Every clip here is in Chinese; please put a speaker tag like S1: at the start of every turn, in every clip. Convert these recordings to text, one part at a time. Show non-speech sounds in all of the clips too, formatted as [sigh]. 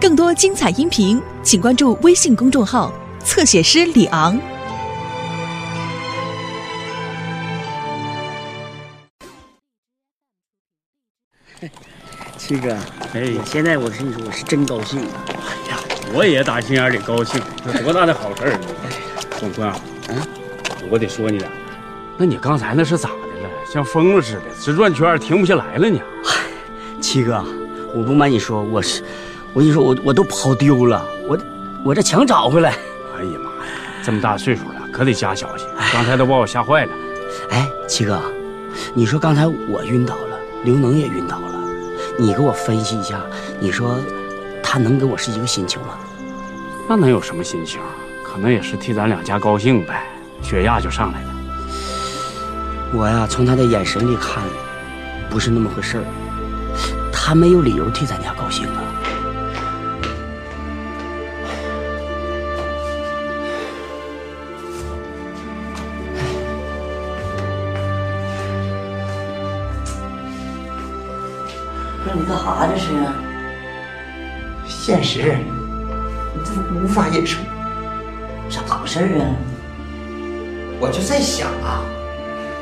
S1: 更多精彩音频，请关注微信公众号“侧写师李昂”。
S2: 七哥，
S3: 哎，现在我是你说，我是真高兴啊！
S2: 哎呀，
S3: 我也打心眼里高兴，这多大的好事儿呢！啊总坤啊，
S2: 嗯，
S3: 我得说你俩，那你刚才那是咋的了？像疯了似的，直转圈儿停不下来了呢？
S2: 七哥，我不瞒你说，我是，我跟你说，我我都跑丢了，我我这想找回来。
S3: 哎呀妈呀，这么大岁数了，可得加小心，刚才都把我吓坏了。
S2: 哎，七哥，你说刚才我晕倒了，刘能也晕倒了，你给我分析一下，你说他能跟我是一个心情吗？
S3: 那能有什么心情？可能也是替咱两家高兴呗，血压就上来了。
S2: 我呀，从他的眼神里看，不是那么回事儿，他没有理由替咱家高兴啊。
S4: 不是你干哈这是？
S5: 现实，无无法忍受。
S4: 咋搞事儿啊？
S5: 我就在想啊，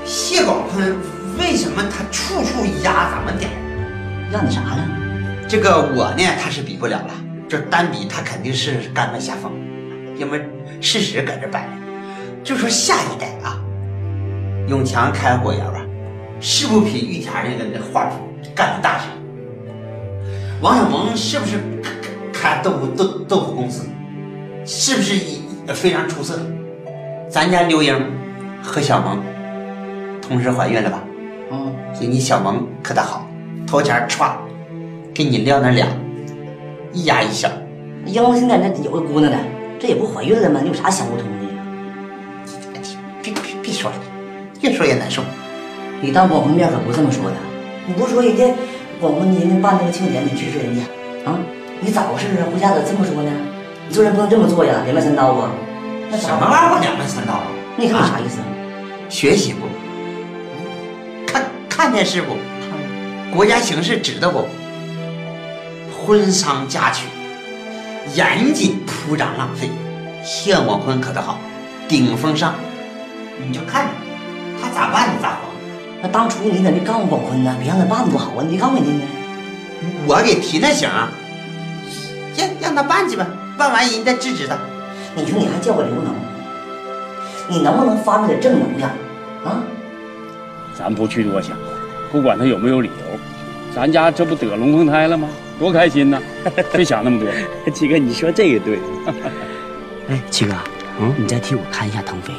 S5: 谢广坤为什么他处处压咱们点儿？
S4: 让你啥了？
S5: 这个我呢，他是比不了了，这单比他肯定是甘拜下风，因为事实搁这摆着。就说下一代啊，永强开火窑啊，是不比玉田那个那画儿干的大事。王小蒙是不是开豆腐豆豆腐公司？是不是也非常出色？咱家刘英和小萌同时怀孕了吧？
S4: 嗯，
S5: 人家小萌可倒好，头前儿歘，给你撂那俩，一压一小，
S4: 妖王现在那有个姑娘呢，这也不怀孕了吗？你有啥想不通的？
S5: 哎别别别说了，越说越难受。
S4: 你当广坤面可不这么说的，你不说人家广坤人家办那个庆典，你支持人家啊？你咋回事啊？回家咋这么说呢？你做人不能这么做呀，两面三刀啊！那
S5: 什
S4: 咋
S5: 么玩意儿？我两门三刀啊？
S4: 你看有啥意思啊？
S5: 学习不？看看见事不？
S4: 嗯
S5: 国家形势指导不？婚丧嫁娶，严禁铺张浪费。谢广坤可倒好，顶风尚。你就看着他咋办你咋活。
S4: 那当初你咋没告诉广坤呢？别让他办多好啊！你没告诉人家呢？
S5: 我给提那醒儿，让让他办去吧，办完人再制止他。
S4: 你说你还叫个刘能，你能不能发挥点正能量啊？
S3: 咱不去多想，不管他有没有理由，咱家这不得龙凤胎了吗？多开心 [laughs] 呐！别想那么多。
S2: 七哥，你说这
S6: [laughs]
S2: 个对。哎，七哥，
S3: 嗯
S2: 你再替我看一下腾飞，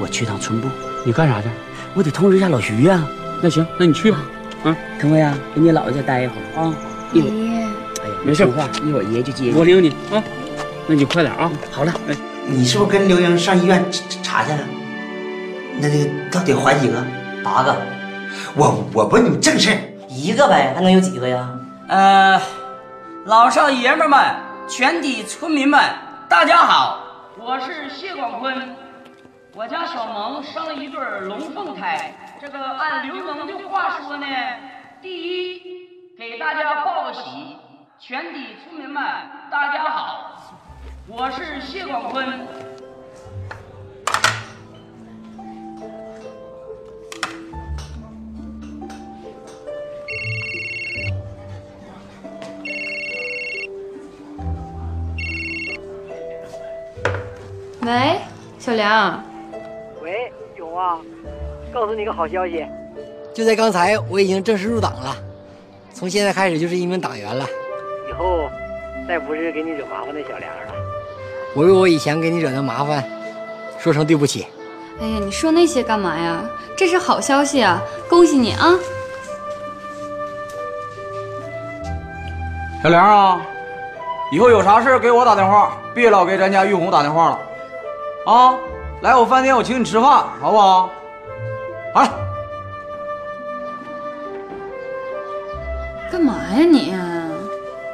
S2: 我去趟村部，
S3: 你干啥去？
S2: 我得通知一下老徐呀、
S3: 那行，那你去吧。嗯
S2: 腾飞啊，跟你姥姥家待一会儿啊。一会儿，
S7: 爷，
S2: 哎呀，
S3: 没事
S2: 说话，一会儿爷就接你。
S3: 我领你啊。那你快点啊。
S2: 好了，
S5: 你是不是跟刘英上医院查查去了？那那个到底怀几个？
S4: 八个，
S5: 我我问你正事儿，
S4: 一个呗，还能有几个呀？
S8: 呃，老少爷们儿们，全体村民们，大家好，我是谢广坤。我家小萌生了一对儿龙凤胎，这个按刘能的话说呢，第一，给大家报个喜，全体村民们，大家好，我是谢广坤。
S7: 喂，小梁，
S9: 喂，勇啊，告诉你个好消息，
S10: 就在刚才，我已经正式入党了，从现在开始就是一名党员了。
S9: 以后再不是给你惹麻烦的小梁了。
S10: 我为我以前给你惹的麻烦，说声对不起。
S7: 哎呀，你说那些干嘛呀？这是好消息啊，恭喜你啊！
S11: 小梁啊，以后有啥事儿给我打电话，别老给咱家玉红打电话了，啊，来我饭店我请你吃饭，好不好？啊好了，
S7: 干嘛呀你？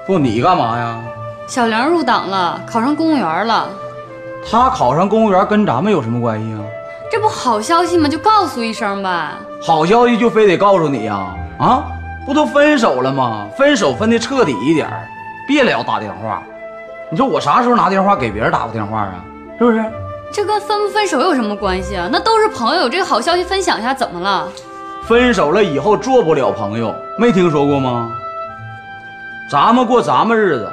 S11: 不你干嘛呀？
S7: 小梁入党了，考上公务员了，
S11: 他考上公务员跟咱们有什么关系啊？
S7: 这不好消息吗？就告诉一声吧。
S11: 好消息就非得告诉你呀、啊？不都分手了吗？分手分的彻底一点儿，别老打电话。你说我啥时候拿电话给别人打过电话啊？是不是？
S7: 这跟分不分手有什么关系啊？那都是朋友，这个好消息分享一下怎么了？
S11: 分手了以后做不了朋友，没听说过吗？咱们过咱们日子，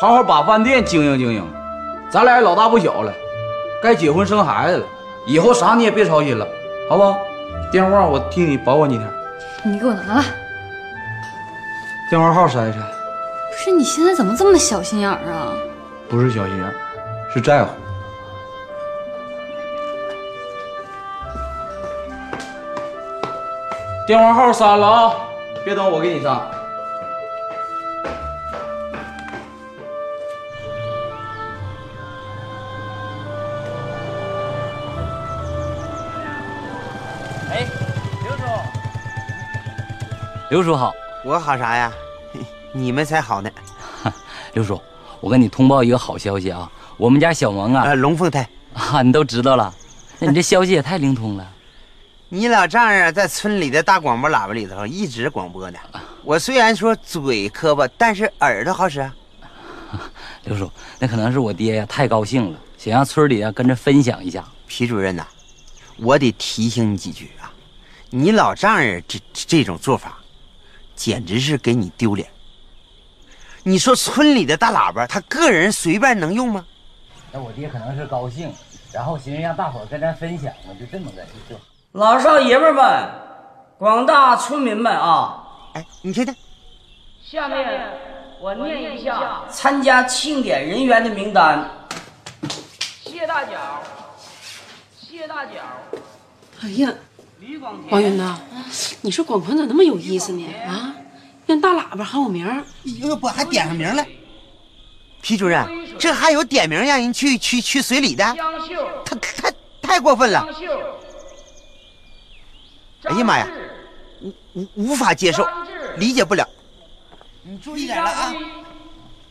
S11: 好好把饭店经营经营。咱俩也老大不小了，该结婚生孩子了，以后啥你也别操心了，好不好？电话我替你保管几天，
S7: 你给我拿来！
S11: 电话号筛一筛。
S7: 不是你现在怎么这么小心眼儿啊？
S11: 不是小心眼儿，是在乎。电话号删了啊！别等我，给你删。
S12: 哎，刘叔，
S10: 刘叔好，
S5: 我好啥呀？ [laughs] 你们才好呢。
S10: 刘叔，我跟你通报一个好消息啊，我们家小萌啊，
S5: 呃，龙凤胎
S10: 啊，你都知道了，那你这消息也太灵通了。
S5: 你老丈人啊在村里的大广播喇叭里头一直广播呢。我虽然说嘴磕巴，但是耳朵好使啊。
S10: 刘叔，那可能是我爹呀太高兴了，想让村里啊跟着分享一下。
S5: 皮主任呐、我得提醒你几句啊，你老丈人这这种做法，简直是给你丢脸。你说村里的大喇叭，他个人随便能用吗？
S10: 那我爹可能是高兴，然后寻思让大伙儿跟咱分享嘛，就这么个就就。
S12: 老少爷们儿们，广大村民们啊！
S5: 哎，你听听，
S12: 下面我念一下参加庆典人员的名单。谢大脚，谢大脚，
S13: 哎呀，王云呐，你说广坤咋那么有意思呢？啊，让大喇叭喊我名儿，
S5: 要不还点上名了？皮主任，这还有点名让人去去去随礼的，他他太过分了！哎呀妈呀，无无无法接受，理解不了。你注意点了啊！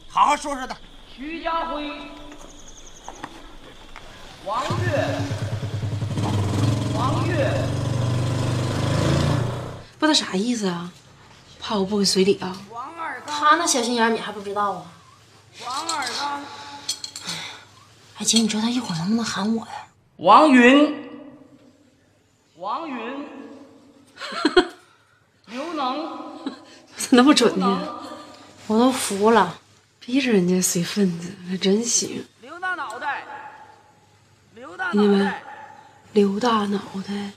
S5: 好好说说他。
S12: 徐家辉，王月，王月，
S13: 不知道啥意思啊？怕我不给随礼啊？
S14: 他那小心眼儿你还不知道啊？
S12: 王二刚，
S14: 哎姐，你说他一会儿能不能喊我呀？
S12: 王云，
S13: [laughs]
S12: 王云，刘能，
S13: 咋那么准呢？
S14: 我都服了，
S13: 逼着人家随份子，还真行。
S12: 刘大脑袋，刘大
S13: 你
S12: 脑
S13: 们
S12: 袋，
S13: 刘大脑袋，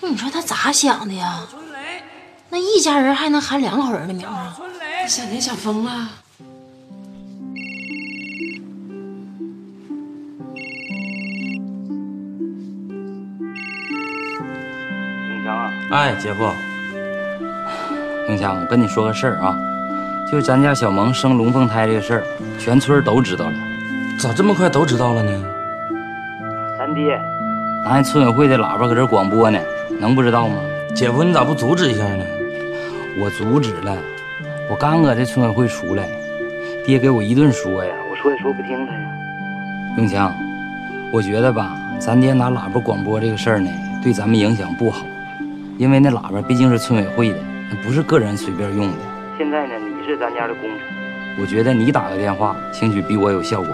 S14: 那你说他咋想的呀？
S12: 春雷，
S14: 那一家人还能喊两口人的名儿啊？
S12: 春雷，
S13: 想钱想疯了。
S6: 永强啊，
S10: 哎，姐夫，永强，我跟你说个事儿啊，就咱家小萌生龙凤胎这个事儿，全村都知道了。咋这么快都知道了呢？
S6: 咱爹，
S10: 拿人村委会的喇叭搁这广播呢，能不知道吗？姐夫，你咋不阻止一下呢？我阻止了，我刚搁这村委会出来，爹给我一顿说呀。
S6: 我说也说不听他呀。
S10: 永强，我觉得吧，咱爹拿喇叭广播这个事儿呢，对咱们影响不好，因为那喇叭毕竟是村委会的，那不是个人随便用的。
S6: 现在呢，你是咱家的功臣，
S10: 我觉得你打个电话，兴许比我有效果。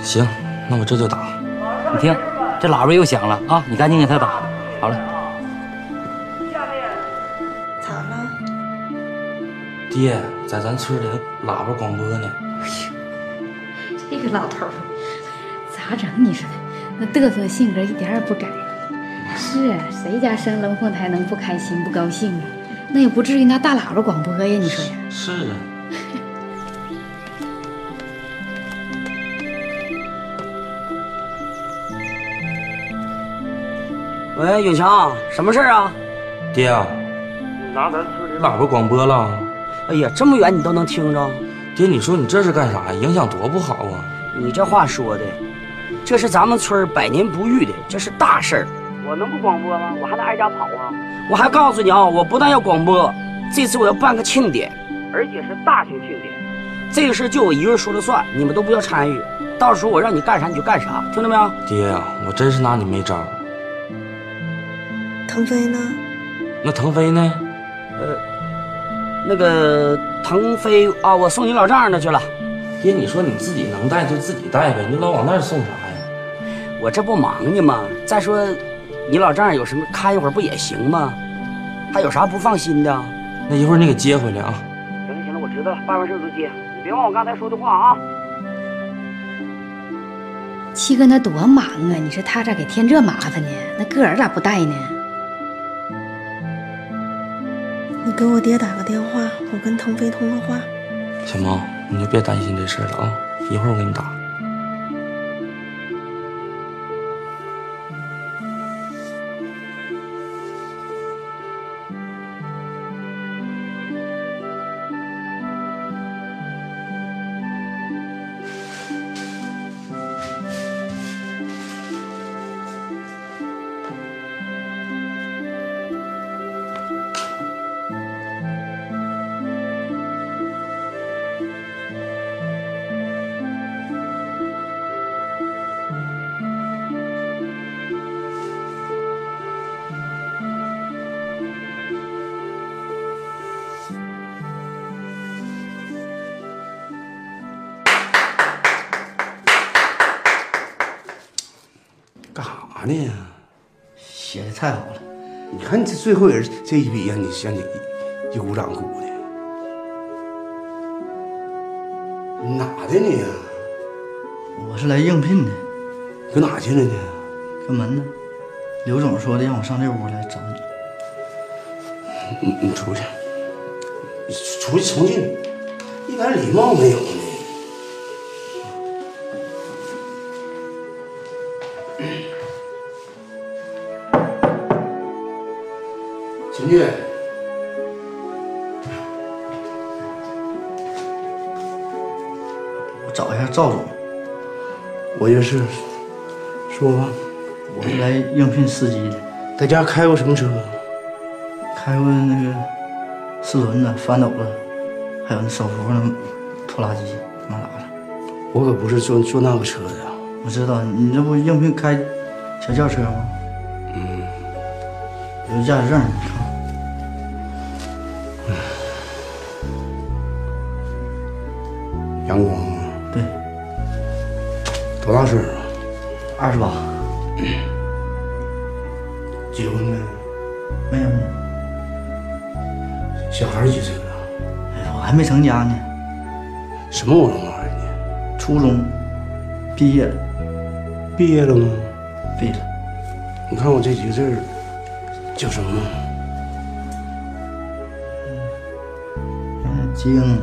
S10: 行，那我这就打。你听，这喇叭又响了啊！你赶紧给他打。好了，
S15: 咋了？
S3: 爹在咱村里的喇叭广播呢。
S4: 这个老头儿咋整？你说那嘚瑟性格一点儿也不改。是啊，谁家生龙凤胎能不开心不高兴啊？那也不至于拿大喇叭广播呀， [laughs] 你说呀？
S3: 是啊，
S12: 喂，永强，什么事儿啊？
S3: 爹啊，
S6: 拿咱村里
S3: 喇叭广播了。哎呀，这么远你都能听着？爹，你说你这是干啥呀？影响多不好啊！
S2: 你这话说的，这是咱们村儿百年不遇的，这是大事儿。
S6: 我能不广播吗？我还得挨家跑啊，
S2: 我还告诉你啊，我不但要广播，这次我要办个庆典，
S6: 而且是大型庆典。
S2: 这个事儿就我一个人说了算，你们都不要参与。到时候我让你干啥你就干啥，听到没有？
S3: 爹呀、我真是拿你没招儿。
S15: 腾飞呢？
S3: 那腾飞呢？
S2: 呃，那个腾飞啊，我送你老丈人那去了。
S3: 爹，你说你自己能带就自己带呗，你老往那儿送啥呀？
S2: 我这不忙呢吗？再说，你老丈人有什么看一会儿不也行吗？他有啥不放心的？
S3: 那一会儿你给接回来啊。
S12: 行了行了，我知道了，办完事儿就接，你别忘我刚才说的话啊。
S4: 七哥那多忙啊！你说他咋给添这麻烦呢？那个儿咋不带呢？
S15: 你给我爹打个电话，我跟腾飞通个话。
S3: 小猫，你就别担心这事儿了啊，一会儿我给你打。呢，
S16: 写的太好了！你看这最后也是这一笔，让你让你一鼓掌鼓的，哪的你呀？
S17: 我是来应聘的，
S16: 搁哪去了呢？
S17: 搁门呢。刘总说的，让我上这屋来找你。
S16: 你你出去，出去重庆，一点礼貌没有呢。秦月，
S17: 我找一下赵总。
S16: 我就是，说吧，
S17: 我是来应聘司机的。
S16: 在家开过什么车？啊
S17: 开过那个四轮子、翻斗子，还有那手扶那拖拉机、马拉的。
S16: 我可不是坐坐那个车的。
S17: 我知道，你这不应聘开小轿车吗？
S16: 嗯。
S17: 有驾驶证，你看。
S16: 阳光啊，
S17: 对，
S16: 多大岁数啊？
S17: 二十八。
S16: [clears throat] 结婚没？
S17: 没有。
S16: 小孩几岁了？
S17: 哎呀，我还没成家呢。
S16: 什么玩意儿呢？
S17: 初中毕业了。
S16: 毕业了吗？
S17: 毕业了。
S16: 你看我这几个字儿叫什么？
S17: 嗯，经。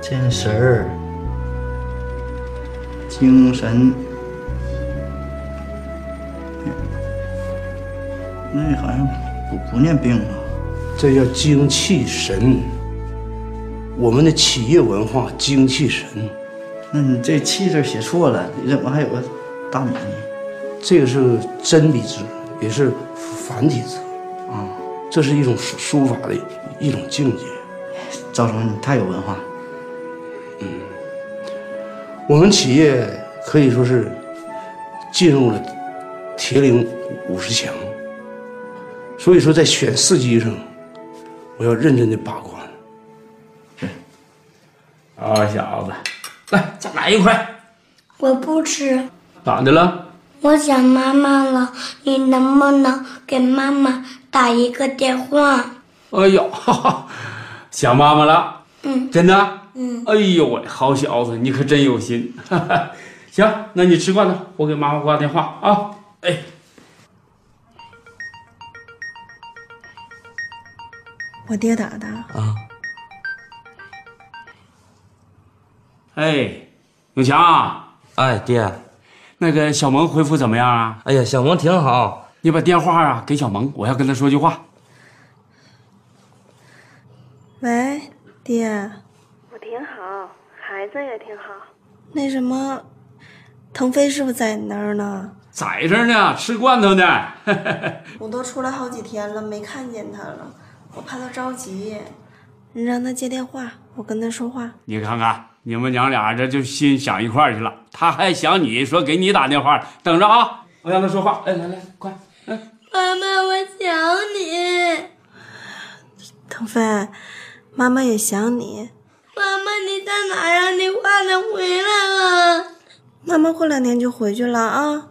S17: 精神儿，精神，那好像不不念病啊，
S16: 这叫精气神。我们的企业文化，精气神。
S17: 那你这“气”字写错了，你怎么还有个大米呢？
S16: 这个是真笔字，也是繁体字啊。这是一种书法的一种境界。
S17: 赵总，哎你太有文化。
S16: 嗯，我们企业可以说是进入了铁岭五十强，所以说在选司机上，我要认真的把关。
S3: 啊、哦，小子，来再来一块。
S18: 我不吃。
S3: 咋的了？
S18: 我想妈妈了，你能不能给妈妈打一个电话？
S3: 哎呦， [laughs] 哈哈想妈妈了。
S18: 嗯，
S3: 真的。
S18: 嗯，
S3: 哎呦喂，好小子，你可真有心。 [laughs] 行，那你吃罐头，我给妈妈挂电话啊。哎，
S15: 我爹打的
S3: 啊。哎，永强啊，
S10: 哎爹，
S3: 那个小萌恢复怎么样啊？
S10: 哎呀，小萌挺好。
S3: 你把电话啊给小萌，我要跟她说句话。
S15: 喂，爹。
S19: 挺好，孩子也挺好。
S15: 那什么，腾飞是不是在你那儿呢？
S3: 在这儿呢，吃罐头呢。
S15: 我都出来好几天了，没看见他了，我怕他着急。你让他接电话，我跟他说话。
S3: 你看看，你们娘俩这就心想一块儿去了。他还想你说给你打电话，等着啊！我让他说话。哎，来来，快，哎，
S18: 妈妈，我想你。
S15: 腾飞，妈妈也想你。
S18: 妈妈，你在哪儿啊？你快点回来啊！
S15: 妈妈过两天就回去了啊，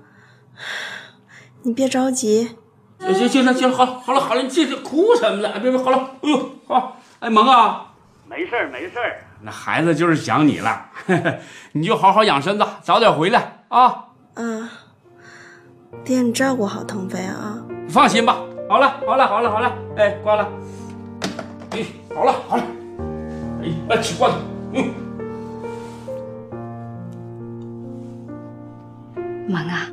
S15: 你别着急。
S3: 行行行了行了，好了好了好了，你这这哭什么了？别别好了，哎呦好，哎萌啊，
S6: 没事儿，没事儿。
S3: 那孩子就是想你了， [laughs] 你就好好养身子，早点回来啊。
S15: 嗯，爹，你照顾好腾飞啊。
S3: 放心吧，好了好了好了好了，哎挂了，哎好了好了，哎来吃罐头，嗯。
S4: 萌啊，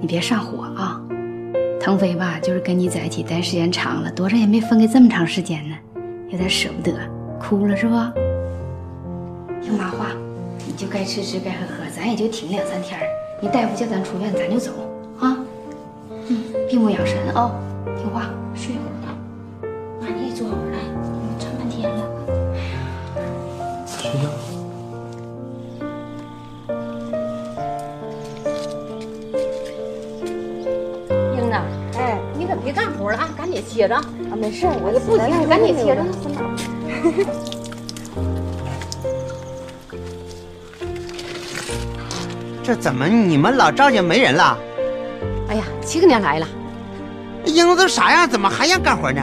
S4: 你别上火啊。腾飞吧，就是跟你在一起待时间长了，多少也没分开这么长时间呢，有点舍不得，哭了是不？听妈话，你就该吃吃该喝喝，咱也就挺两三天儿。你大夫叫咱出院，咱就走啊。嗯，闭目养神啊、听话，睡会儿吧。妈，你也坐会儿来，你站半天了。
S3: 睡觉。
S9: 英子，哎，你可别干活了啊，赶紧歇着啊！没事，我就
S14: 不急我赶紧歇着
S5: 这怎么你们老赵家没人了？哎
S9: 哎呀，七个年来了，
S5: 英子都啥样？怎么还让干活呢？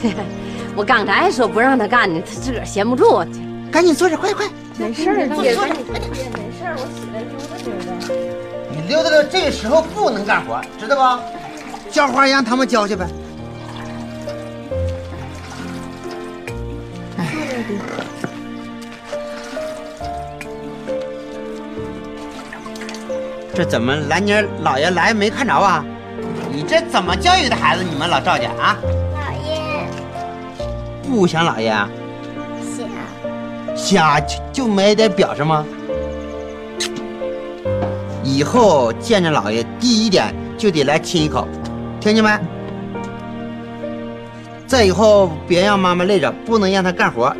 S9: [laughs] 我刚才还说不让他干呢，他自个儿闲不住。啊
S5: 赶紧坐着，快快。
S9: 没
S14: 事儿
S9: 坐
S14: 姐
S9: 坐着。
S14: 没事儿，我起来溜达溜达。
S5: 你溜达溜，这个时候不能干活，知道吧？浇花让他们浇去呗。这怎么兰妮儿姥爷来没看着啊？你这怎么教育的孩子？你们老赵家啊，
S18: 姥爷，
S5: 不想姥爷啊？
S18: 想
S5: 瞎就就没点表示吗？以后见着老爷，第一点就得来亲一口，听见没？再以后别让妈妈累着，不能让她干活。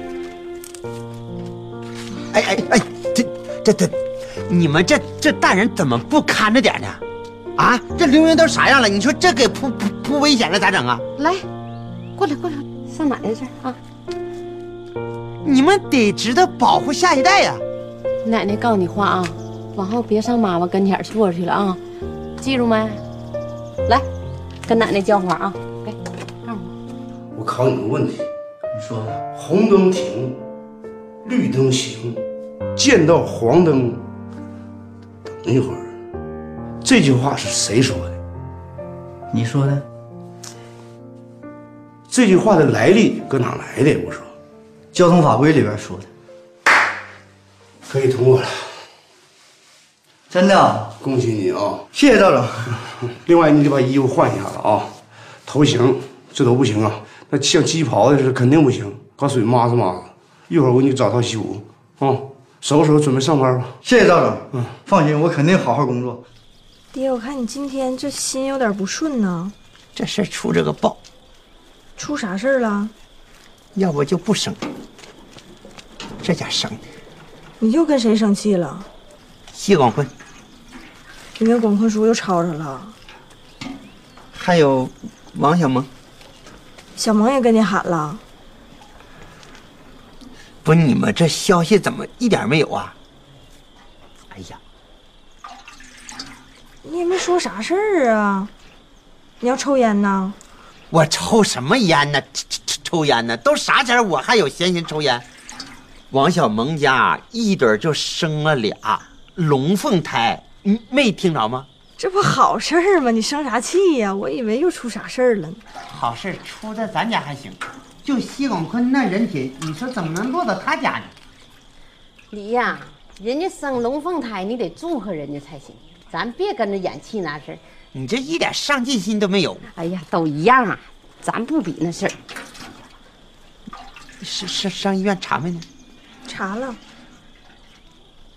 S5: 哎哎哎，这这这，你们这这大人怎么不看着点呢？啊，这刘云都啥样了？你说这给扑扑扑危险了咋整啊？
S9: 来，过来过来，上奶奶这儿啊。
S5: 你们得知道保护下一代呀、
S9: 奶奶告诉你话啊，往后别上妈妈跟前儿坐去了啊，记住没？来，跟奶奶浇花啊。
S16: 我考你个问题，你说红灯停，绿灯行，见到黄灯等一会儿。这句话是谁说的？
S17: 你说的？
S16: 这句话的来历搁哪来的？我说，
S17: 交通法规里边说的。
S16: 可以通过了，
S17: 真的？
S16: 恭喜你啊、
S17: 谢谢赵总。
S16: [laughs] 另外，你得把衣服换一下子啊，头型这都不行啊，那像鸡刨的是肯定不行，搞水抹子抹子。一会儿我给你找套西服啊，收拾收拾准备上班吧。
S17: 谢谢赵总。嗯，放心，我肯定好好工作。
S15: 爹，我看你今天这心有点不顺呢。
S5: 这事出这个报，
S15: 出啥事儿了？
S5: 要不就不生，这家生的。
S15: 你又跟谁生气了？
S5: 谢广坤，
S15: 你跟广坤叔又吵吵了。
S5: 还有王小萌，
S15: 小萌也跟你喊了。
S5: 不是你们这消息怎么一点没有啊？哎呀，
S15: 你也没说啥事儿啊？你要抽烟呢？
S5: 我抽什么烟呢？抽抽抽烟呢？都啥前儿我还有闲心抽烟？王小萌家一对儿就生了俩龙凤胎，你没听着吗？
S15: 这不好事儿吗？你生啥气呀、我以为又出啥事儿了呢。
S5: 好事出在咱家还行，就西广坤那人品，你说怎么能落到他家呢？
S9: 李呀、人家生龙凤胎，你得祝贺人家才行，咱别跟着演戏那事儿。
S5: 你这一点上进心都没有，
S9: 哎呀，都一样啊，咱不比那事儿。
S5: 是是上医院查没呢？
S15: 查了，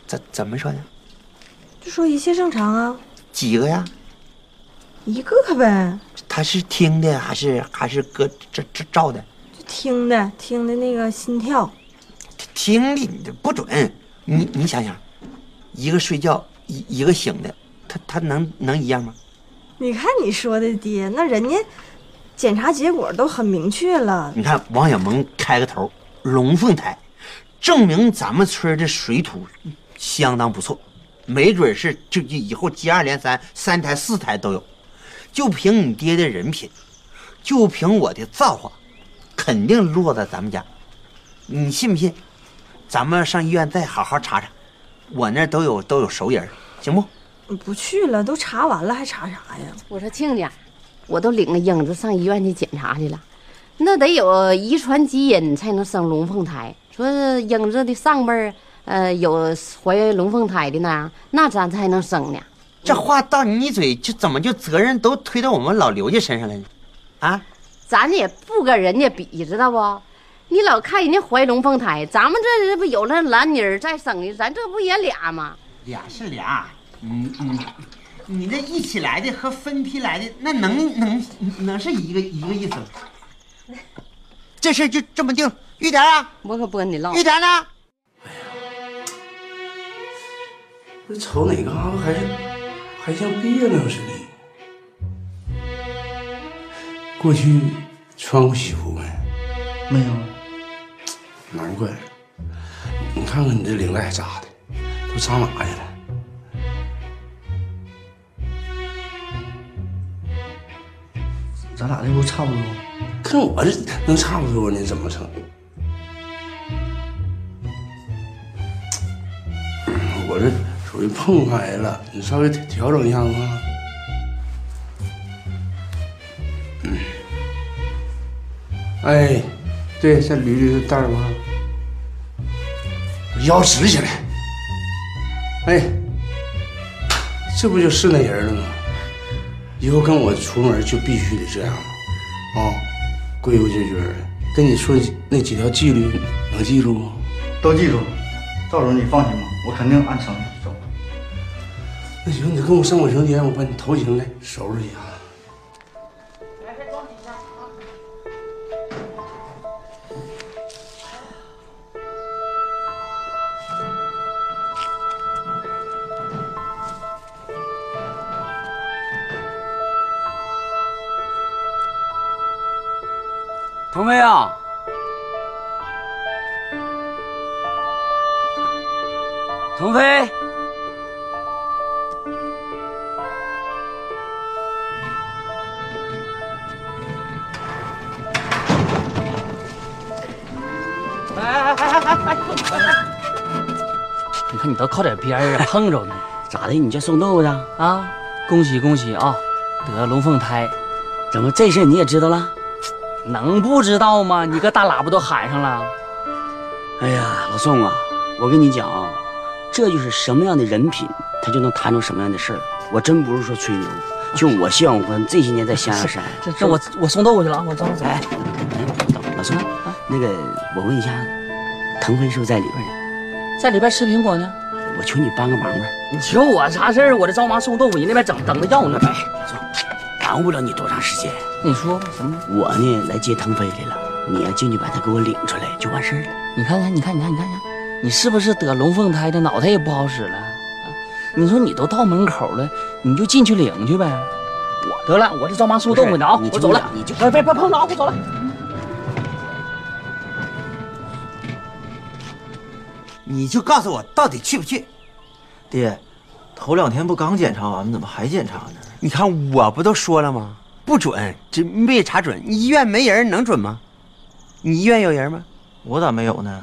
S5: 怎怎么说呢？
S15: 就说一切正常啊，
S5: 几个呀？
S15: 一个个呗，
S5: 他是听的还是还是搁这这照的？
S15: 就听的听的那个心跳，
S5: 听力你这不准，你你想想，一个睡觉，一一个醒的，他他能能一样吗？
S20: 你看你说的爹，那人家检查结果都很明确了。
S5: 你看王小蒙开个头，龙凤胎，证明咱们村的水土相当不错，没准是就以后接二连三三胎四胎都有。就凭你爹的人品，就凭我的造化，肯定落在咱们家。你信不信？咱们上医院再好好查查，我那儿都有都有熟人，行不？
S20: 你不去了，都查完了，还查啥呀？
S9: 我说亲家，我都领着英子上医院去检查去了，那得有遗传基因才能生龙凤胎。说英子的上辈儿呃有怀龙凤胎的那样，那咱才能生呢。
S5: 这话到你嘴，就怎么就责任都推到我们老刘家身上了呢？啊，
S9: 咱也不跟人家比，知道不？你老看人家怀龙凤胎，咱们这这不有了男妮儿再生的，咱这不也俩吗？
S5: 俩是俩，你你你这一起来的和分批来的，那能能能是一个一个
S9: [laughs]
S5: 意思吗？这事就这么定了。玉田啊，
S9: 我可不跟你唠。
S5: 玉田呢？
S16: 那瞅哪嘎达还是还像别扭似的。过去穿过西服没？
S17: 没有，
S16: 难怪。你看看你这领带扎的，都扎哪去了？
S17: 咱俩这不差不多？
S16: 跟我这能差不多呢？怎么成？嗯我这属于碰开了，你稍微调整一下子吗？嗯哎，对，再捋捋带儿吧，腰直起来。哎，这不就是那人了吗？以后跟我出门就必须得这样了，啊，规规矩矩的。跟你说那几条纪律，能记住吗？
S17: 都记住。到时候你放心吧，我肯定按程序走。
S16: 那行，你跟我上卫生间，我把你头型来收拾一下。
S11: 腾飞啊，腾飞，
S12: 哎哎哎哎哎！
S8: 你看你都靠点边儿啊，碰着你 [laughs] 咋的？你这送豆腐的啊？恭喜恭喜啊，得龙凤胎，怎么这事你也知道了？能不知道吗？你个大喇叭都喊上了。哎呀，老宋啊，我跟你讲啊，这就是什么样的人品，他就能谈出什么样的事儿。我真不是说吹牛，就我谢永坤这些年在象牙山，
S21: 这这我我送豆腐去了啊，我走走。哎，
S8: 老宋，那个我问一下，腾飞是不是在里边呢？
S21: 在里边吃苹果呢。
S8: 我求你帮个忙呗，
S21: 你求我啥事儿？我这着忙送豆腐，人那边整等着要呢。
S8: 耽误不了你多长时间。
S21: 你说吧，怎么？
S8: 我呢来接腾飞来了，你要进去把他给我领出来就完事儿了。
S21: 你看看，你看，你看，你看，你看，你是不是得龙凤胎的脑袋也不好使了？啊你说你都到门口了，你就进去领去呗。我得了，我这着忙送豆腐呢啊
S8: 不是你，就
S21: 我走了，
S8: 你就
S21: 别别别碰着啊，我走了。
S5: 你就告诉我到底去不去？
S22: 爹，头两天不刚检查完吗？怎么还检查呢？
S5: 你看我不都说了吗？不准，这没查准。医院没人能准吗？你医院有人吗？
S22: 我咋没有呢？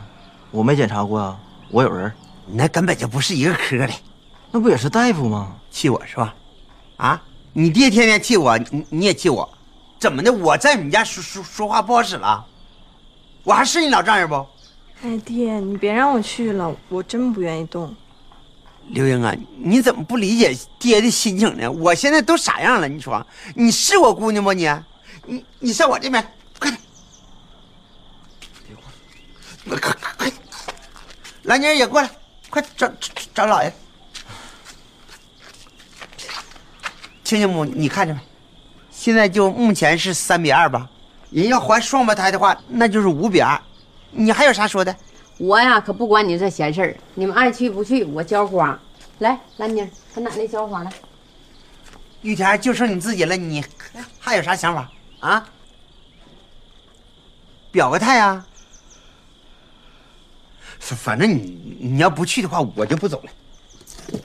S22: 我没检查过啊，我有人。
S5: 你那根本就不是一个科的，
S22: 那不也是大夫吗？
S5: 气我是吧？啊，你爹天天气我，你你也气我，怎么的？我在你家说说说话不好使了？我还是你老丈人不？
S20: 哎，爹，你别让我去了，我真不愿意动。
S5: 刘英啊，你怎么不理解爹的心情呢？我现在都啥样了？你说你是我姑娘吗？你，你你上我这边，快点，别过来，快快快，兰妮儿也过来，快找找找老爷，亲家母，你看着吧，现在就目前是三比二吧，人要怀双胞胎的话，那就是五比二，你还有啥说的？
S9: 我呀可不管你这闲事儿，你们爱去不去，我浇花。来，兰妮儿，跟奶奶浇花来。
S5: 玉田就剩你自己了，你还有啥想法啊？表个态啊！反正你你要不去的话，我就不走了。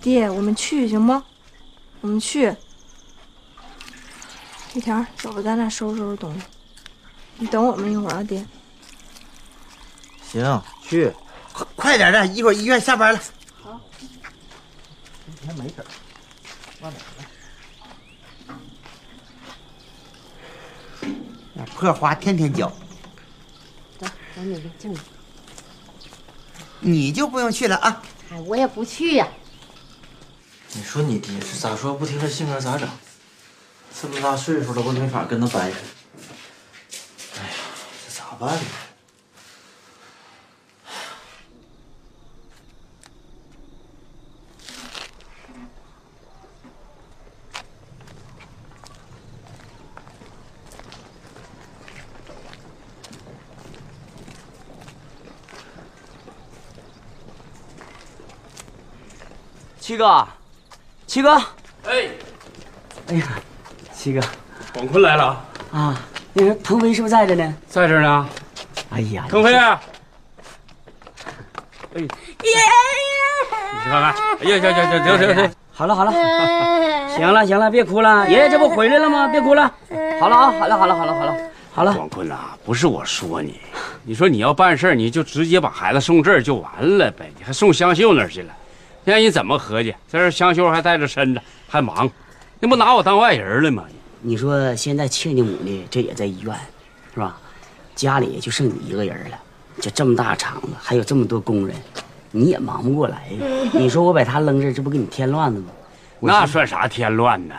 S20: 爹，我们去行吗？我们去。玉田，走吧，咱俩收拾收拾东西。你等我们一会儿啊，爹。
S16: 行，去，
S5: 快快点的，一会儿医院下班了。
S20: 好。
S5: 还没事儿。啊那破花天天浇，
S9: 走，走你的进屋。
S5: 你就不用去了啊！
S9: 哎，我也不去呀、
S16: 你说你爹是咋说不听他性格咋整？这么大岁数了，我没法跟他掰扯。哎呀，这咋办呢？
S2: 七哥，七哥，
S3: 哎，
S2: 哎呀，七哥，
S3: 广坤来了，
S2: 啊，那个腾飞是不是在这呢？
S3: 在这呢。
S2: 哎呀，
S3: 腾飞，你
S23: 爷爷，
S3: 去看看。哎呀呀呀呀，行行行，
S2: 好了好了，行了行了，别哭了，爷爷这不回来了吗？别哭了，好了啊，好了好了好了好了，好了，
S3: 广坤呐，不是我说你，你说你要办事儿你就直接把孩子送这儿就完了呗，你还送香秀那儿去了，现在你怎么合计？这香秀还带着身子，还忙，那不拿我当外人了吗？
S2: 你说现在亲家母呢，这也在医院，是吧？家里也就剩你一个人了，就这么大厂子，还有这么多工人，你也忙不过来呀。你说我把他扔这儿，这不给你添乱了吗？
S3: 那算啥添乱呢？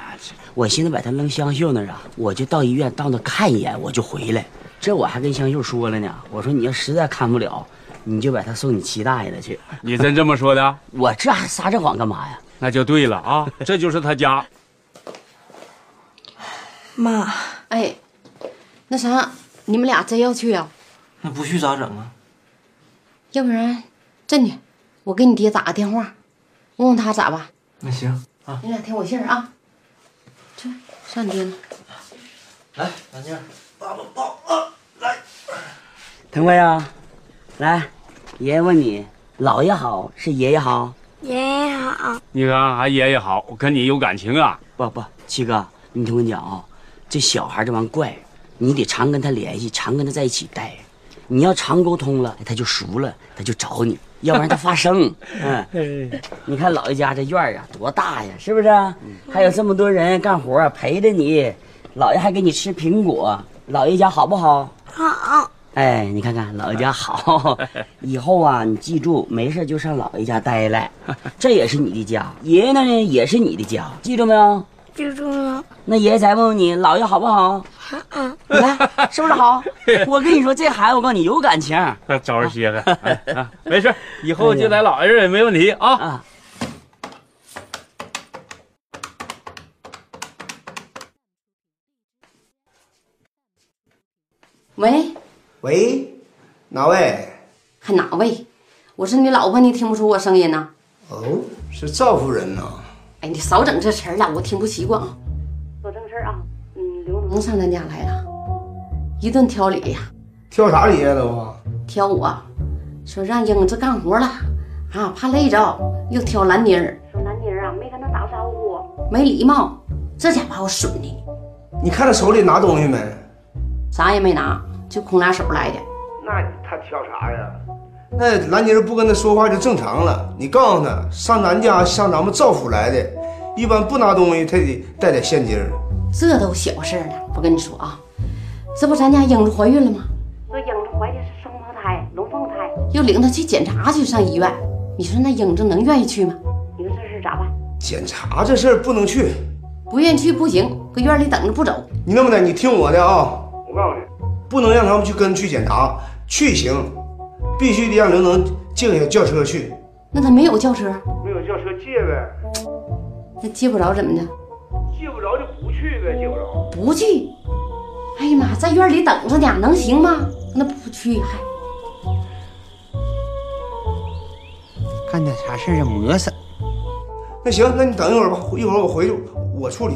S2: 我寻思把他扔香秀那儿啊，我就到医院到那看一眼，我就回来。这我还跟香秀说了呢，我说你要实在看不了，你就把他送你七大爷那去。
S3: 你真这么说的？
S2: 我这还撒这谎干嘛呀？
S3: 那就对了啊，这就是他 [laughs] 家。
S9: 妈，哎，那啥，你们俩真要去啊？
S16: 那不去咋整啊？
S9: 要不然，这样的，我给你爹打个电话，问问他咋办。
S16: 那行，
S9: 你俩听我信儿啊。去，上你爹那。
S16: 来，兰静，爸爸抱。
S2: 腾飞啊，来，爷爷问你，姥爷好是爷爷好？
S18: 爷爷好，
S3: 你看，还爷爷好，我跟你有感情啊。
S2: 不不，七哥，你听我讲啊，这小孩这玩意儿怪，你得常跟他联系，常跟他在一起待。你要常沟通了，他就熟了，他就找你，要不然他发
S3: [laughs]
S2: 生。嗯，
S3: 哎
S2: 你看老爷家这院儿啊，多大呀，是不是啊？还有这么多人干活儿陪着你，老爷还给你吃苹果，老爷家好不好？
S18: 好，
S2: 哎，你看看老爷家好，以后啊，你记住，没事就上老爷家待来，这也是你的家，爷爷那呢也是你的家，记住没有？
S18: 记住了，
S2: 那爷爷再问问你，姥爷好不好？
S18: 嗯，
S2: 你看是不是好？我跟你说，这孩子我告诉你有感情。
S3: 找人歇个，哎啊没事， [laughs] 哎以后就来老爷这儿也没问题啊。
S9: 喂，
S24: 喂，哪位？
S9: 还哪位？我是你老婆，你听不出我声音呢？
S24: 哦，是赵夫人呐、
S9: 哎，你少整这词儿了，我听不习惯啊。
S4: 说正事儿啊，嗯，
S9: 刘能上咱家来了，一顿挑理呀、
S24: 挑啥理呀都啊？
S9: 挑我，说让英子干活了，啊，怕累着，又挑兰妮儿，
S4: 说南妮儿啊，没跟他打过招呼，
S9: 没礼貌，这家把我损的，
S24: 你看他手里拿东西没？
S9: 啥也没拿，就空俩手来的。
S24: 那他挑啥呀？那兰妮儿不跟他说话就正常了。你告诉他，上咱家上咱们赵府来的，一般不拿东西，他得带点现金儿。
S9: 这都小事儿了，我跟你说啊，这不咱家英子怀孕了吗？
S4: 说影子怀的是双胞胎，龙凤胎，
S9: 又领她去检查去，上医院。你说那英子能愿意去吗？
S4: 你说这事咋办？
S24: 检查这事儿不能去，
S9: 不愿意去不行，搁院里等着不走。
S24: 你那么的，你听我的啊。我告诉你，不能让他们去跟去检查，去行，必须得让刘能借下轿车去。
S9: 那他没有轿车，
S24: 没有轿车借呗，
S9: 那借不着怎么的？
S24: 借不着就不去呗，借不着。
S9: 不去。哎呀妈，在院里等着呢，能行吗？那不去还
S7: 干点啥事儿啊，磨蹭。
S24: 那行，那你等一会儿吧，一会儿我回去我处理。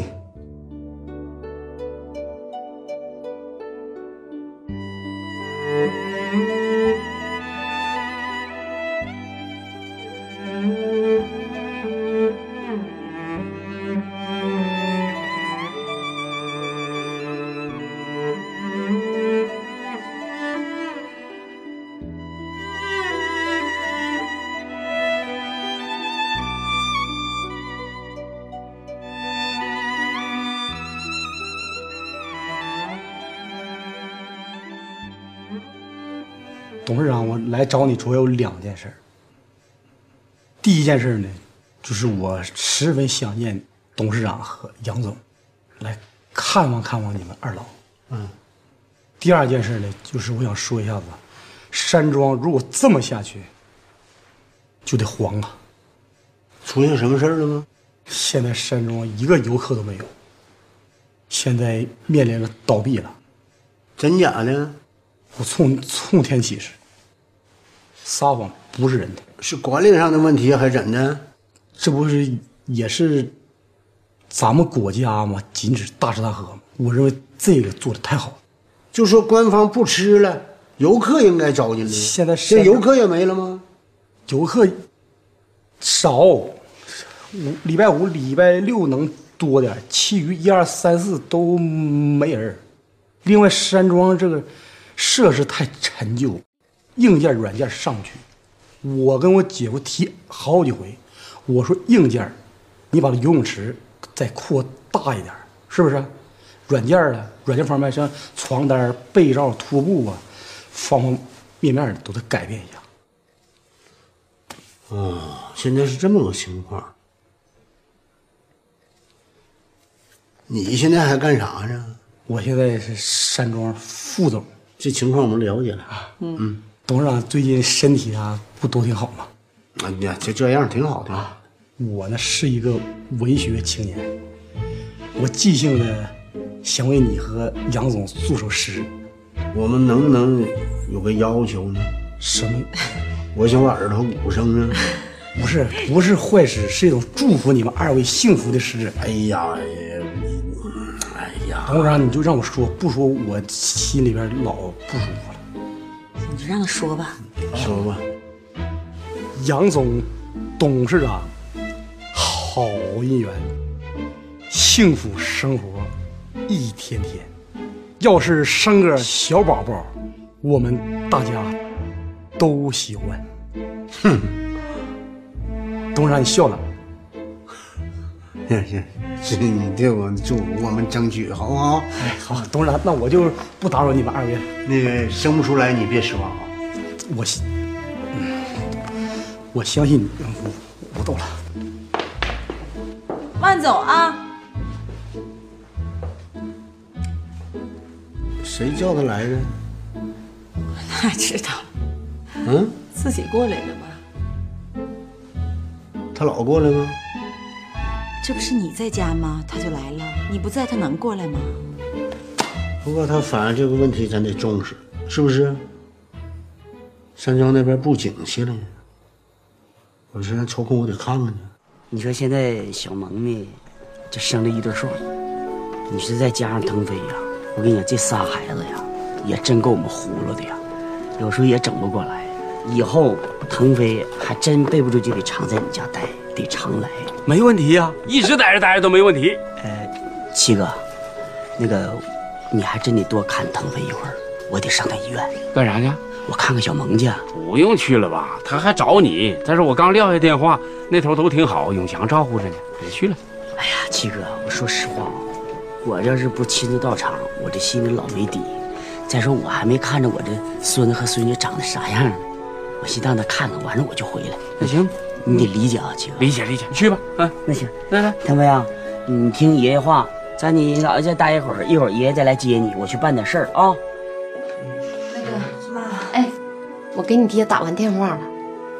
S25: 董事长，我来找你主要有两件事儿。第一件事呢，就是我十分想念董事长和杨总，来看望看望你们二老。
S7: 嗯，
S25: 第二件事呢，就是我想说一下子，山庄如果这么下去，就得黄了。
S7: 出现什么事儿了吗？
S25: 现在山庄一个游客都没有，现在面临着倒闭了。
S7: 真假的？
S25: 我冲冲天起誓，撒谎不是人的，
S7: 是管理上的问题还是怎的？
S25: 这不是也是咱们国家嘛，禁止大吃大喝嘛。我认为这个做的太好了。
S7: 就说官方不吃了，游客应该招进来。现
S25: 在
S7: 这游客也没了吗？
S25: 游客少，五礼拜五、礼拜六能多点，其余一二三四都没人。另外，山庄这个设施太陈旧，硬件、软件上不去。我跟我姐夫提好几回，我说硬件，你把游泳池再扩大一点，是不是？软件儿啊，软件方面像床单儿、被罩、拖布啊，方方面面都得改变一下。
S7: 哦，现在是这么个情况。你现在还干啥呢？
S25: 我现在是山庄副总，
S7: 这情况我们了解了。
S25: 嗯，董事长最近身体啊不都挺好吗？
S7: 啊，你就这样挺好的。
S25: 我呢是一个文学青年，我即兴的想为你和杨总做首诗。
S7: 我们能不能有个要求呢？
S25: 什么？
S7: 我想把耳朵捂上啊。
S25: 不是，不是坏诗，是一种祝福你们二位幸福的诗。
S7: 哎呀，哎呀，哎呀，
S25: 董事长你就让我说，不说我心里边老不舒服了。
S14: 你就让他说吧。
S7: 说吧，
S25: 杨总，董事长，好姻缘，幸福生活一天天。要是生个小宝宝，我们大家都喜欢。
S7: 哼，
S25: 董事长你笑了，
S7: 行行，是你对我祝福，我们争取好不好？
S25: 哎，好，董事长，那我就不打扰你们二位了。
S7: 那个生不出来你别失望啊。
S25: 我信，我相信你，我我懂了。
S13: 慢走啊！
S7: 谁叫他来的？
S13: [laughs] 那知道，
S7: 嗯，
S13: 自己过来的嘛。
S7: 他老过来吗？
S13: 这不是你在家吗？他就来了。你不在，他能过来吗？
S7: 不过他反映这个问题，咱得重视，是不是？山庄那边不景气了，我现在抽空我得看看去。
S2: 你说现在小萌呢，这生了一对双，你说再加上腾飞呀、我跟你讲，这仨孩子呀，也真够我们忽悠的呀，有时候也整不过来。以后腾飞还真备不住就得常在你家待，得常来。
S8: 没问题呀、一直在这待着都没问题。
S2: 七哥，那个，你还真得多看腾飞一会儿，我得上趟医院。
S3: 干啥去？
S2: 我看看小萌去。啊
S3: 不用去了吧？他还找你，但是我刚撂下电话，那头都挺好，永强照顾着呢，别去了。
S2: 哎呀，七哥，我说实话啊，我要是不亲自到场，我这心里老没底。再说我还没看着我这孙子和孙女长得啥样呢，我先让他看看，完了我就回来。
S3: 那行，
S2: 你得理解啊，七哥。
S3: 理解理解，你去吧。啊，
S2: 那行，来来，腾飞啊，你听爷爷话，在你姥爷家待一会儿，一会儿爷爷再来接你，我去办点事儿啊。
S9: 哎我给你爹打完电话了，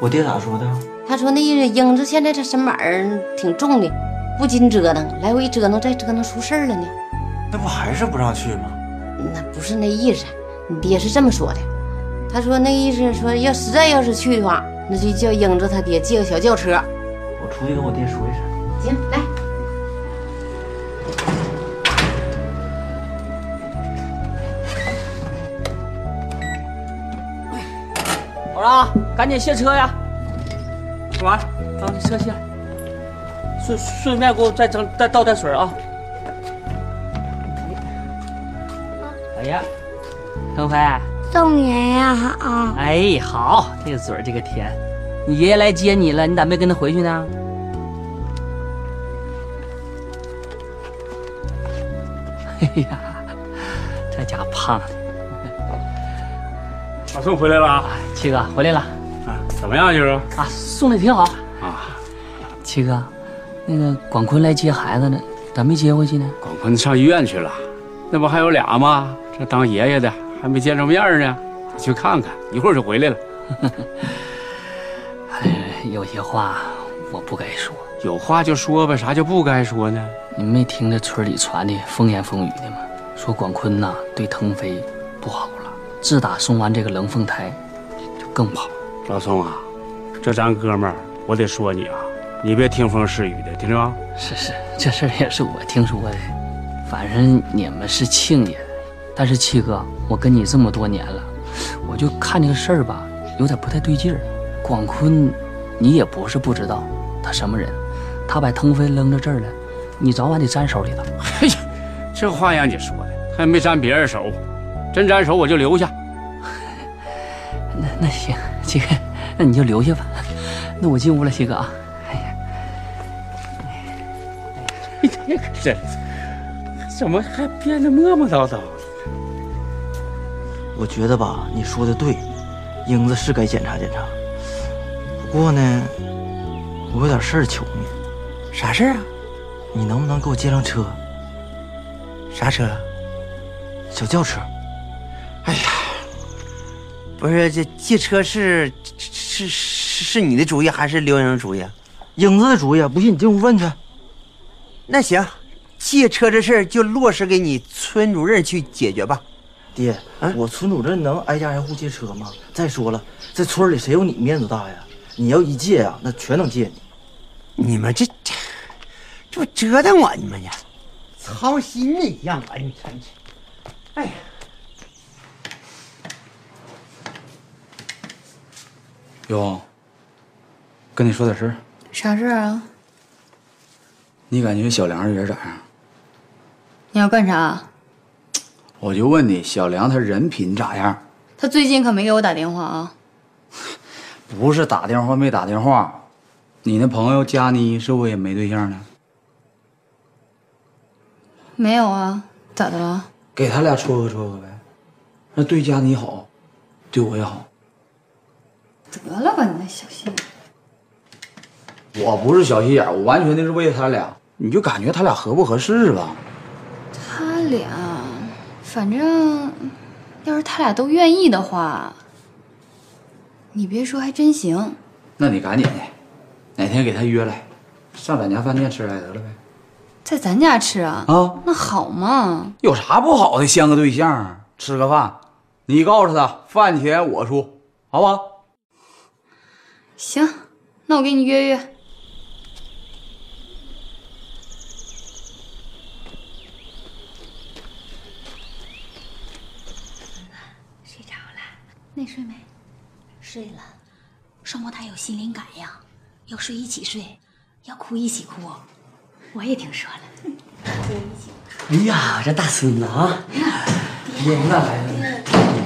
S22: 我爹咋说的？
S9: 他说那英子现在这身板儿挺重的，不禁折腾，来回折腾再折腾出事儿了呢。
S22: 那不还是不让去吗？
S9: 那不是那意思，你爹是这么说的，他说那意思说要实在要是去的话，那就叫英子他爹借个小轿车。
S5: 我出去跟我爹说一声。
S9: 行，来，
S8: 老
S21: 啊
S8: 张，赶紧卸车呀！干嘛？啊，车卸。顺顺便给我再整再倒点水啊！哎呀，腾飞，
S4: 宋爷爷好，
S8: 哎，好，这个嘴儿这个甜。你爷爷来接你了，你咋没跟他回去呢？哎呀，这家胖的。
S3: 马宋回来了啊，
S8: 七哥回来了
S3: 怎么样，媳妇？
S8: 啊，送的挺好
S3: 啊。
S8: 七哥，那个广坤来接孩子呢，咋没接回去呢？
S3: 广坤上医院去了，那不还有俩吗？这当爷爷的还没见着面呢，去看看，一会儿就
S8: [laughs]
S3: 回来了。
S8: 哎有些话我不该说，
S3: 有话就说呗，啥叫不该说呢？
S8: 你没听着村里传的风言风语的吗？说广坤呐、对腾飞不好了，自打生完这个冷凤胎，就更不好了。
S3: 老宋啊，这咱哥们儿，我得说你啊，你别听风是雨的，听着吗？
S8: 是是，这事儿也是我听说的。反正你们是亲家，但是七哥，我跟你这么多年了，我就看这个事儿吧，有点不太对劲儿。广坤，你也不是不知道，他什么人，他把腾飞扔到这儿了，你早晚得沾手里头。
S3: 哎呀，这话让你说的，还没沾别人手，真沾手我就留下。
S8: 那那行，七哥，那你就留下吧。那我进屋了，七哥啊。
S3: 这个
S8: [laughs]
S3: 真是，怎么还变得磨磨叨叨？
S5: 我觉得吧，你说的对，英子是该检查检查。不过呢，我有点事儿求你。啥事儿啊？你能不能给我借辆车？啥车？小轿车。
S26: 哎呀，
S5: 不是这借车是是是是你的主意还是刘英主意？啊英子的主意，啊不信你进屋问去。
S26: 那行，借车这事儿就落实给你村主任去解决吧。
S5: 爹，
S26: 啊
S5: 我村主任能挨家挨户借车吗？再说了，在村里谁有你面子大呀？你要一借呀、那全能借你。
S26: 你们这这这不折腾我你们呀？操心的一样啊！你看这，哎呀，
S11: 勇，跟你说点事儿，
S7: 啥事儿啊？
S11: 你感觉小梁这人咋样？
S7: 你要干啥？
S11: 我就问你，小梁他人品咋样？
S7: 他最近可没给我打电话啊。
S11: 不是打电话没打电话，你那朋友佳妮是不是也没对象呢？
S7: 没有啊，咋的了？
S11: 给他俩撮合撮合呗，那对佳妮好，对我也好。
S7: 得了吧，你那小心眼。
S11: 我不是小心眼儿，我完全的是为他俩，你就感觉他俩合不合适吧。
S7: 他俩，反正要是他俩都愿意的话，你别说还真行。
S11: 那你赶紧的，哪天给他约来，上咱家饭店吃来得了呗。
S7: 在咱家吃啊？
S11: 啊，
S7: 那好嘛。
S11: 有啥不好的？相个对象，啊吃个饭，你告诉他饭钱我出，好不好？
S7: 行，那我给你约约。
S4: 睡着了，
S7: 那睡没？
S4: 睡了。双胞胎有心灵感呀，要睡一起睡，要哭一起哭。我也听
S13: [laughs]
S4: 说了。
S2: 哎呀，这大孙子啊，哎呀，那孩子，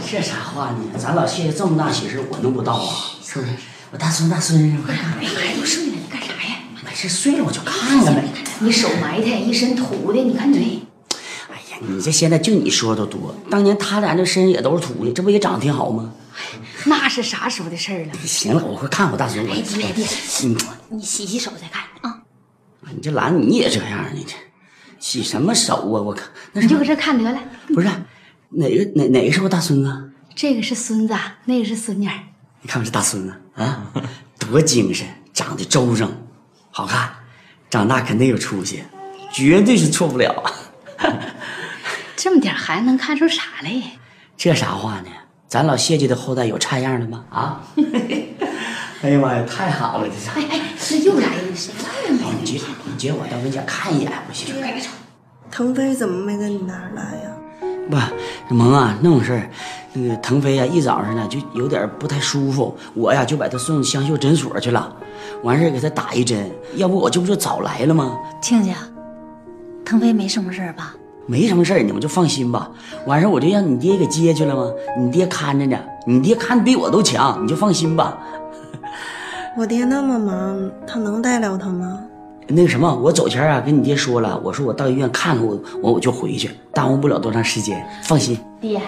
S2: 这啥话呢？咱老谢家这么大喜事，我能不到啊？是不是？我大孙大孙子，我看
S4: 哎呀，都睡了，你干啥呀？
S2: 没事睡了我就看看呗。
S4: 你手埋汰，一身土的，你看你。
S2: 你这现在就你说的多，当年他俩那身也都是土的，这不也长得挺好吗？
S4: 那是啥时候的事儿了？
S2: 行了，我会看我大孙，我
S4: 哎，别别，
S2: 你
S4: 你洗洗手再看啊！
S2: 嗯你这兰你也这样，啊你这洗什么手啊？我靠，
S4: 你就搁这看得了。
S2: 不是哪个哪哪个是我大孙子？
S4: 这个是孙子，那个是孙女儿。
S2: 你看我这大孙子啊，多精神，长得周正，好看，长大肯定有出息，绝对是错不了。啊
S7: 这么点孩子能看出啥来？
S2: 这啥话呢？咱老谢家的后代有差样的吗？啊？ [laughs] 哎呀妈呀，太好了，这是。
S4: 哎哎，这又来一个谁来了？
S2: 你接你接我到跟前看一眼，我寻思。
S15: 别吵！腾飞怎么没跟你那儿来呀？
S2: 不，萌啊，那种事儿，那个腾飞啊，一早上呢就有点不太舒服，我呀就把他送香秀诊所去了，完事儿给他打一针，要不我这不就早来了吗？
S4: 亲家，腾飞没什么事儿吧？
S2: 没什么事儿，你们就放心吧。完事儿我就让你爹给接去了吗？你爹看着呢，你爹看的比我都强，你就放心吧。
S15: 我爹那么忙，他能带了他吗？
S2: 那个什么，我走前啊跟你爹说了，我说我到医院看看我，我我就回去，耽误不了多长时间，放心。
S4: 爹，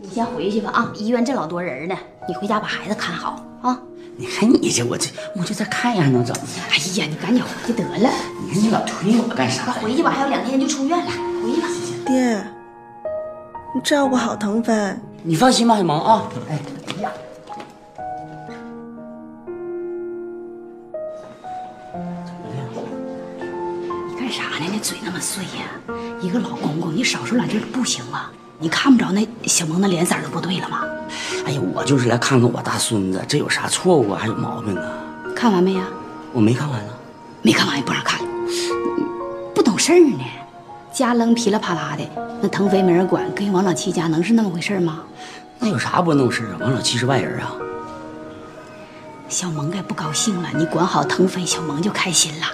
S4: 你先回去吧啊！医院这老多人呢，你回家把孩子看好啊！
S2: 你看你这，我这我就再看一眼还能怎么的？
S4: 哎呀，你赶紧回去得了！
S2: 你看你老推我干啥
S4: 快？回去吧，还有两天就出院了，回去吧。
S15: 爹，你照顾好腾飞。
S2: 你放心吧，小萌啊。哎，哎呀，
S4: 你干啥呢？那嘴那么碎呀、一个老公公，你少说两句不行吗？你看不着那小萌那脸色儿都不对了吗？
S2: 哎呀，我就是来看看我大孙子，这有啥错误啊？还有毛病啊？
S4: 看完没呀、
S2: 我没看完呢。
S4: 没看完也不让看，不懂事儿呢，家扔噼里啪啦的，那腾飞没人管，跟王老七家能是那么回事儿吗？
S2: 那有啥不能事啊？王老七是外人啊。
S4: 小萌该不高兴了，你管好腾飞，小萌就开心了。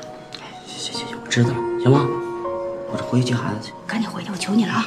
S2: 行行行，我知道了，行吗？我这回去接孩子去。
S4: 赶紧回去，我求你了啊！